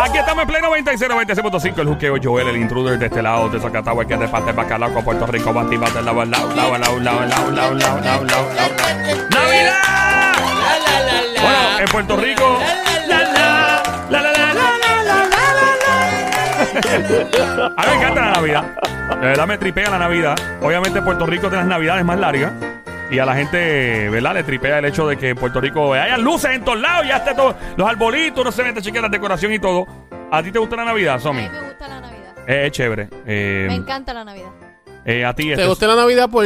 Aquí estamos en Play 96, 96.5. El juqueo Joel, el intruder de este lado, de Zacatagua, que es de parte bacalao con Puerto Rico, bati, bati, lado, lado, lado, lado, lado, lado, lado, lado, lado, lado. ¡Navidad! Ah, La, la, la, la. Bueno, en Puerto Rico. La, la, la. La, la, la, la, la, la, la, la, la. A mí me encanta la Navidad. De verdad me tripea la Navidad. Obviamente Puerto Rico tiene las Navidades más largas. Y a la gente, ¿verdad? Le tripea el hecho de que en Puerto Rico haya luces en todos lados, ya esté todo. Los arbolitos, no se mete chiquitas, la decoración y todo. ¿A ti te gusta la Navidad, A mí Somi? me gusta la Navidad. Eh, es chévere. Eh, Me encanta la Navidad. eh, a ti ¿Te este, gusta la Navidad por,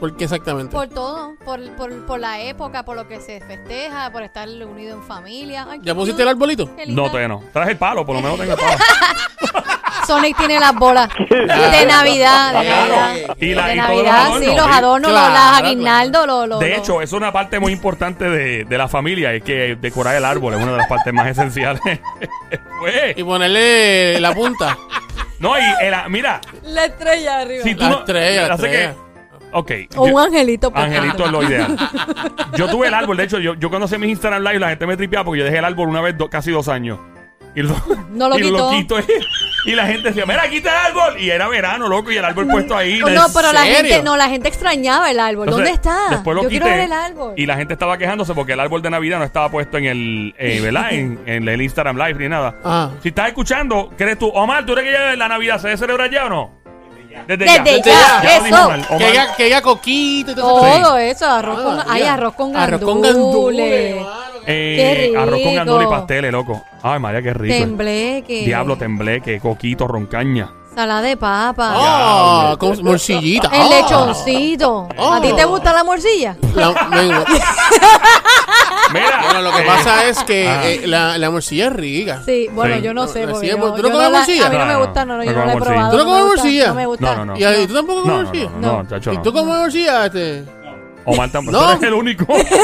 por qué exactamente? Por todo, por, por, por la época, por lo que se festeja, por estar unido en familia. Ay, ¿Ya qué pusiste el cute, arbolito? qué linda. No, todavía no. Traje el palo, por lo menos tengo el palo. Sonic tiene las bolas de Navidad, de Claro. Navidad. Y la- de y todos los Navidad, sí, adornos, los sí. adornos, los- Claro, las claro. aguinaldos, los, los- De los- hecho, es una parte muy importante de, de la familia, es que decorar el árbol es una de las partes más esenciales. Pues, Y ponerle la punta. no, y el- mira, la estrella arriba. si tú la no- estrella, la así que- estrella. ok. o yo- un angelito. pues, por Angelito ejemplo. es lo ideal. Yo tuve el árbol, de hecho, yo, yo cuando hice mis Instagram Live, la gente me tripeaba porque yo dejé el árbol una vez, do- casi dos años. Y lo, No lo y quitó. quito, y, y la gente decía, mira, quita el árbol. Y era verano, loco, y el árbol puesto ahí. Oh, la- no, pero la serio? gente, no, la gente extrañaba el árbol. Entonces, Pues, ¿Dónde está? Después lo Yo quiero quité, ver el árbol. Y la gente estaba quejándose porque el árbol de Navidad no estaba puesto en el, eh, ¿verdad? en, en el Instagram Live ni nada. Ajá. Si estás escuchando, ¿crees tú, Omar, tú crees que ya la Navidad se debe celebrar ya o no? Desde ya, Desde lo dijo eso. Omar. Que Omar- haya, que haya coquito y todo eso. Todo eso, arroz con, Ah, María. ay, arroz con gandules. Arroz con gandules, mano, que- Eh, Qué arroz con rico. gandules y pasteles, loco. Ay, María, qué rico. Tembleque. Diablo, tembleque, coquito, roncaña. Salada de papa. Ah, con morcillita. El Ah. lechoncito. Oh. ¿A ti te gusta la morcilla? La- me- Mira, bueno, lo que eh, pasa es que Ajá. eh, la, la morcilla es rica. Sí, bueno, Sí. yo no sé. No, Porque sí, pues, yo, ¿tú no yo comes la- morcilla? A mí no, me No, gusta, no, no, no, no yo no la he como probado. morcilla. ¿Tú no me comes gusta, morcilla? No me gusta. No, no, no. ¿Y, ahí, tú tampoco No, comes no, morcilla? no, no, no, chacho, ¿Y no. tú comes morcilla? Este? Omar tampoco. No. Tú eres el único. Tú eres el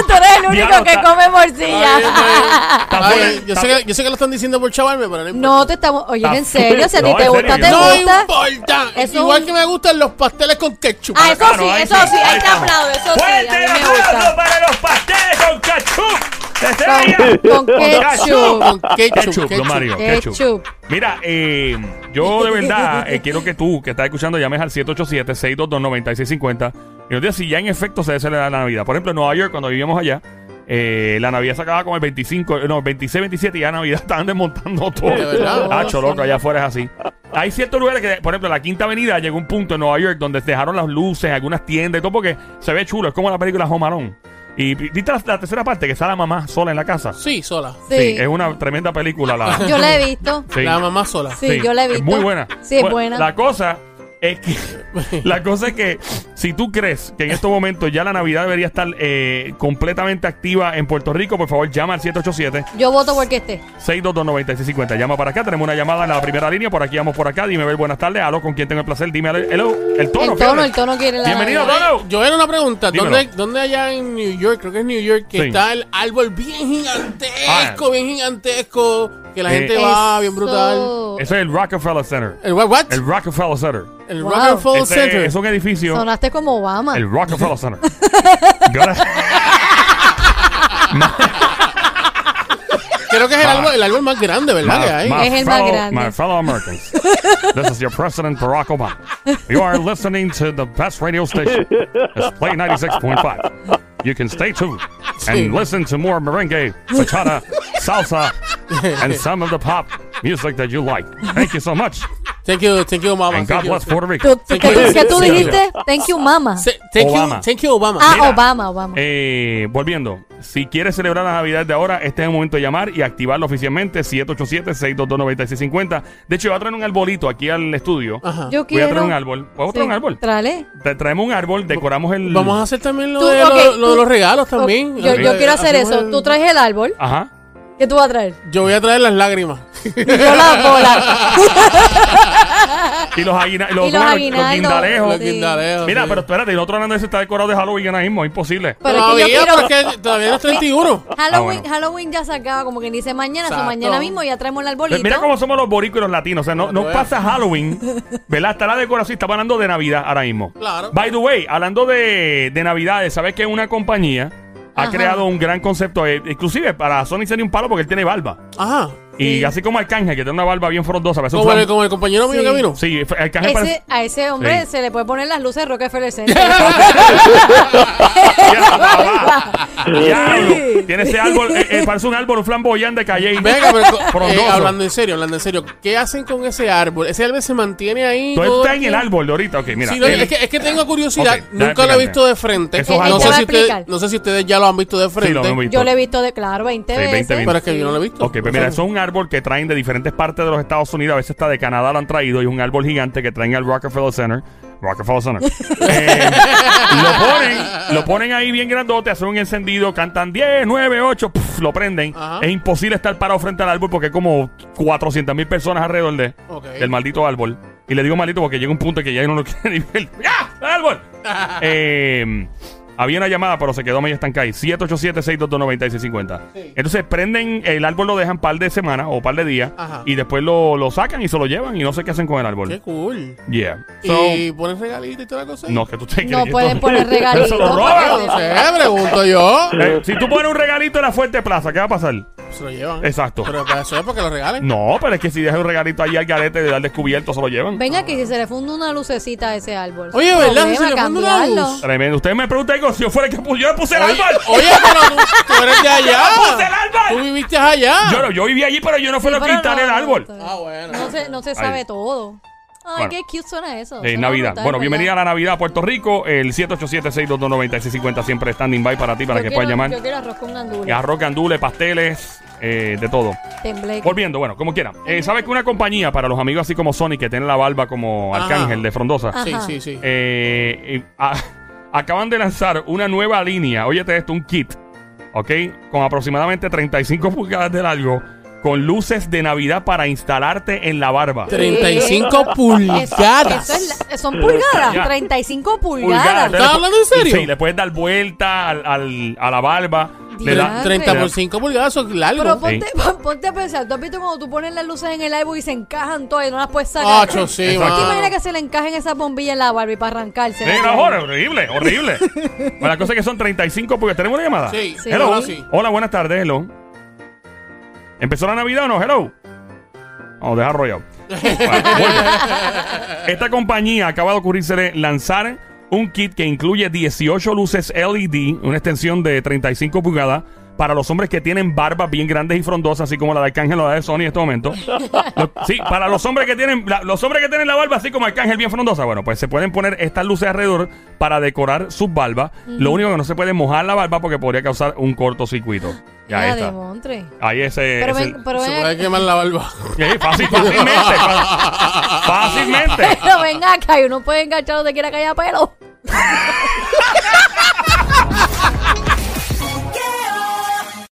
único Diablo, que está- come Ay, morcilla. ay, Está ay, fuera- Ah, yo, está- sé que, yo sé que lo están diciendo por chavarme, pero no importa. No te estamos. Oye, Está en serio, si a ti No, te en gusta, serio, te yo- No gusta. importa. Es Igual un- que me gustan los pasteles con ketchup. Ah, eso Claro, sí, ahí eso sí, ahí te estamos. aplaudo, eso sí, a ¡Fuerte mí me aplauso gusta. para los pasteles con ketchup! ¡De Sevilla! con ketchup. con ketchup, Ketchup, don ketchup. Mario, ketchup. Ketchup. Mira, eh, yo de verdad eh, quiero que tú, que estás escuchando, llames al 787-622-9650 y nos digas si ya en efecto se celebra la Navidad. Por ejemplo, en Nueva York, cuando vivíamos allá, eh, la Navidad se acababa con el 25, eh, no, el 26, 27 y ya Navidad estaban desmontando todo. De verdad. Hacho, Sí. loco, allá afuera es así. Hay ciertos lugares que, por ejemplo, la Quinta Avenida llegó un punto en Nueva York donde dejaron las luces, algunas tiendas y todo porque se ve chulo. Es como la película Homarón. Y viste la, la tercera parte que está la mamá sola en la casa. Sí, sola. Sí. es una tremenda película la. Yo la he visto. Sí. La mamá sola. Sí, yo la he Es visto. muy buena. Sí, es Bueno, buena. La cosa es que la cosa es que si tú crees que en estos momentos ya la Navidad debería estar eh, completamente activa en Puerto Rico, por favor, llama al 787 Yo voto porque esté. 622-9650. Llama para acá, tenemos una llamada en la primera línea, por aquí vamos por acá, dime ver buenas tardes, aló, con quien tengo el placer, dime aló, hello, el tono, El tono, fíjate. el tono quiere la. Bienvenido, Navidad. tono. Yo era una pregunta. Dímelo. ¿Dónde, ¿Dónde allá en New York, creo que es New York, que Sí. está el árbol bien gigantesco, Ah. bien gigantesco, que la Eh. gente va bien brutal? Eso. Ese es el Rockefeller Center. ¿El what? what? El Rockefeller Center. El Wow. Rockefeller Ese Center. Es un edificio. Sonaste como Obama. El Rockefeller Center. Yo ahora- Creo que es el árbol, el árbol más grande, ¿verdad? My- que hay. my Es el más fellow- grande. My fellow Americans, this is your President Barack Obama. You are listening to the best radio station. It's Play 96.5. You can stay tuned and listen to more merengue, bachata, salsa, and some of the pop music that you like. Thank you so much. Thank you, thank you, Obama. And Thank God you. bless Puerto ¿Tú, Rico. tú- ¿qué, tú, qué tú Sí, dijiste? Thank you, mama. Se- Thank Obama. you, thank you, Obama. ah, mira. Obama, Obama. Eh, volviendo, si quieres celebrar la Navidad de ahora, este es el momento de llamar y activarlo oficialmente 787-622-9650. De hecho, va a traer un arbolito aquí al estudio. Ajá. Yo Voy a quiero. traer un árbol. ¿Puedo traer un árbol? Trale. Te traemos un árbol, decoramos el. Vamos a hacer también lo, Tú, de, lo- ok, lo de tú- los regalos también. Eh, Yo, yo quiero hacer Hacemos eso. el- Tú traes el árbol. Ajá. ¿Qué tú vas a traer? Yo voy a traer las lágrimas. Y yo las bolas. Y los, aguina- Y los aguinaldos. guindalejos. Los guindaleos, Mira, sí. pero espérate, y nosotros hablando de ese está decorado de Halloween ahora mismo, es imposible. Pero es que todavía, yo quiero. pero es que todavía no es 31. Ah, Halloween, bueno. Halloween ya se acaba, como quien dice mañana, o Exacto. mañana mismo ya traemos el arbolito. Mira cómo somos los boricos y los latinos. O sea, no, no Bueno. pasa Halloween, ¿verdad? Está la decoración, estamos hablando de Navidad ahora mismo. Claro. By the way, hablando de, de Navidades, ¿sabes que una compañía ha Ajá. creado un gran concepto. eh, inclusive para Sonic sería un palo porque él tiene barba. Ajá. Y Sí. así como Arcángel, que tiene una barba bien frondosa. Parece un Como el, flan- como el compañero mío Sí. que vino. Sí, fue- Arcángel Ese, parece... a ese hombre Sí. se le puede poner las luces de Rockefeller Center. Diablo, Sí. Tiene ese árbol, eh, eh, parece un árbol flamboyante de calle. Venga, pero co- Frondoso. eh, hablando en serio, hablando en serio, ¿qué hacen con ese árbol? Ese árbol se mantiene ahí. Tú todo está en aquí? el árbol de ahorita. Ok, mira. Sí, no, él- es, que, es que tengo curiosidad, Ok, déjame nunca lo he explicarte. visto de frente. Esos no, árboles- sé si Él te va a ustedes, explicar. no sé si ustedes ya lo han visto de Sí, frente. lo hemos visto. Yo lo he visto de claro 20 Sí, 20 veces. veces. Pero es que yo no lo he visto. Ok, pues mira, eso es un árbol que traen de diferentes partes de los Estados Unidos. A veces está de Canadá lo han traído. Y es un árbol gigante que traen al Rockefeller Center. Rockefeller Center. Eh, lo, ponen, lo ponen ahí bien grandote, hacen un encendido, cantan 10, 9, 8, puf, lo prenden. Ajá. Es imposible estar parado frente al árbol porque hay como 400 mil personas alrededor de, Ok. del maldito árbol. Y le digo maldito porque llega un punto que ya uno no lo quiere ni ver. ¡Ya! ¡El árbol! Eh, había una llamada, pero se quedó medio estancada ahí. 787-622-9650. Sí. Entonces prenden el árbol, lo dejan par de semanas o par de días. Ajá. Y después lo, lo sacan y se lo llevan y no sé qué hacen con el árbol. Qué cool. Yeah. So, y ponen regalitos y toda la cosa. ahí? no, que tú te No crees, pueden esto- poner regalitos. Eso lo Ah, roban. no sé, pregunto yo. Eh, si tú pones un regalito en la Fuerte Plaza, ¿qué va a pasar? Se lo llevan. Exacto. Pero para eso es porque lo regalen. No, pero es que si dejas un regalito allí al garete de dar descubierto, se lo llevan. Venga aquí, si se le funde una lucecita a ese árbol. Oye, sin ¿verdad? Si se problema, le funde una luz. cambiarlo. Tremendo. Ustedes me preguntan algo, si yo fuera el que puse, yo le puse el Oye, oh, árbol. oye, pero tú, tú eres de allá. Yo puse el árbol. Tú viviste allá. Yo, no- yo viví allí, pero yo no fui Sí, lo que pero instalé no, el no, árbol. no, Ah, bueno. No se, no se sabe todo. Ay, Bueno. qué cute suena Oh, eso. Eh, Suena Navidad. brutal, pues Bueno, ¿verdad? bienvenida a la Navidad a Puerto Rico. El 787-622-9650 siempre standing by para ti, para Yo que quiero- puedas llamar. Yo quiero arroz con Y gandules. Arroz, gandules, pasteles, eh, de todo. Tembleque. Volviendo, bueno, como quieran. Eh, ¿Sabes que una compañía para los amigos así como Sony, que tiene la barba como Ajá. Arcángel de Frondosa, Ajá. Sí, sí, sí. eh, eh, a- acaban de lanzar una nueva línea? Óyete esto, un kit, ¿ok? Con aproximadamente 35 pulgadas de largo, con luces de Navidad para instalarte en la barba. 35 Eso- pulgadas. eso es la- son pulgadas. Ya. 35 Pulgadas. pulgadas. ¿Estás hablando en serio? Sí, le puedes dar vuelta al, al- a la barba. Le da, Diantre. 30 le da- por 5 pulgadas, eso es largo. Pero ponte, ponte a pensar, ¿tú has visto cuando tú pones las luces en el árbol y se encajan todas y no las puedes sacar? Ocho, sí, Exacto. mano. ¿Te imaginas que se le encajen esas bombillas en la Barbie para arrancarse? Sí, no, joder, horrible, horrible. Bueno, la cosa es que son 35 porque tenemos una llamada. Sí, Sí. Hello. ahora sí. Hola, buenas tardes, hello. ¿Empezó la Navidad o no? Hello. Vamos, deja arrollado. Bueno, vuelvo. Esta compañía acaba de ocurrirse lanzar un kit que incluye 18 luces LED, una extensión de 35 pulgadas, para los hombres que tienen barbas bien grandes y frondosas, así como la de Arcángel o la de Sony en este momento. Lo- Sí, para los hombres que tienen la, los hombres que tienen la barba así como Arcángel bien frondosa, bueno, pues se pueden poner estas luces alrededor para decorar sus barbas. Lo único que no se puede mojar la barba porque podría causar un cortocircuito. Ya Ya, está. demontre. Ahí ese, Pero ese- ven, pero Se puede ven, quemar la barba. Sí, fácil- fácilmente. fa- fácilmente. pero ven acá y uno puede enganchar donde quiera que haya pelo.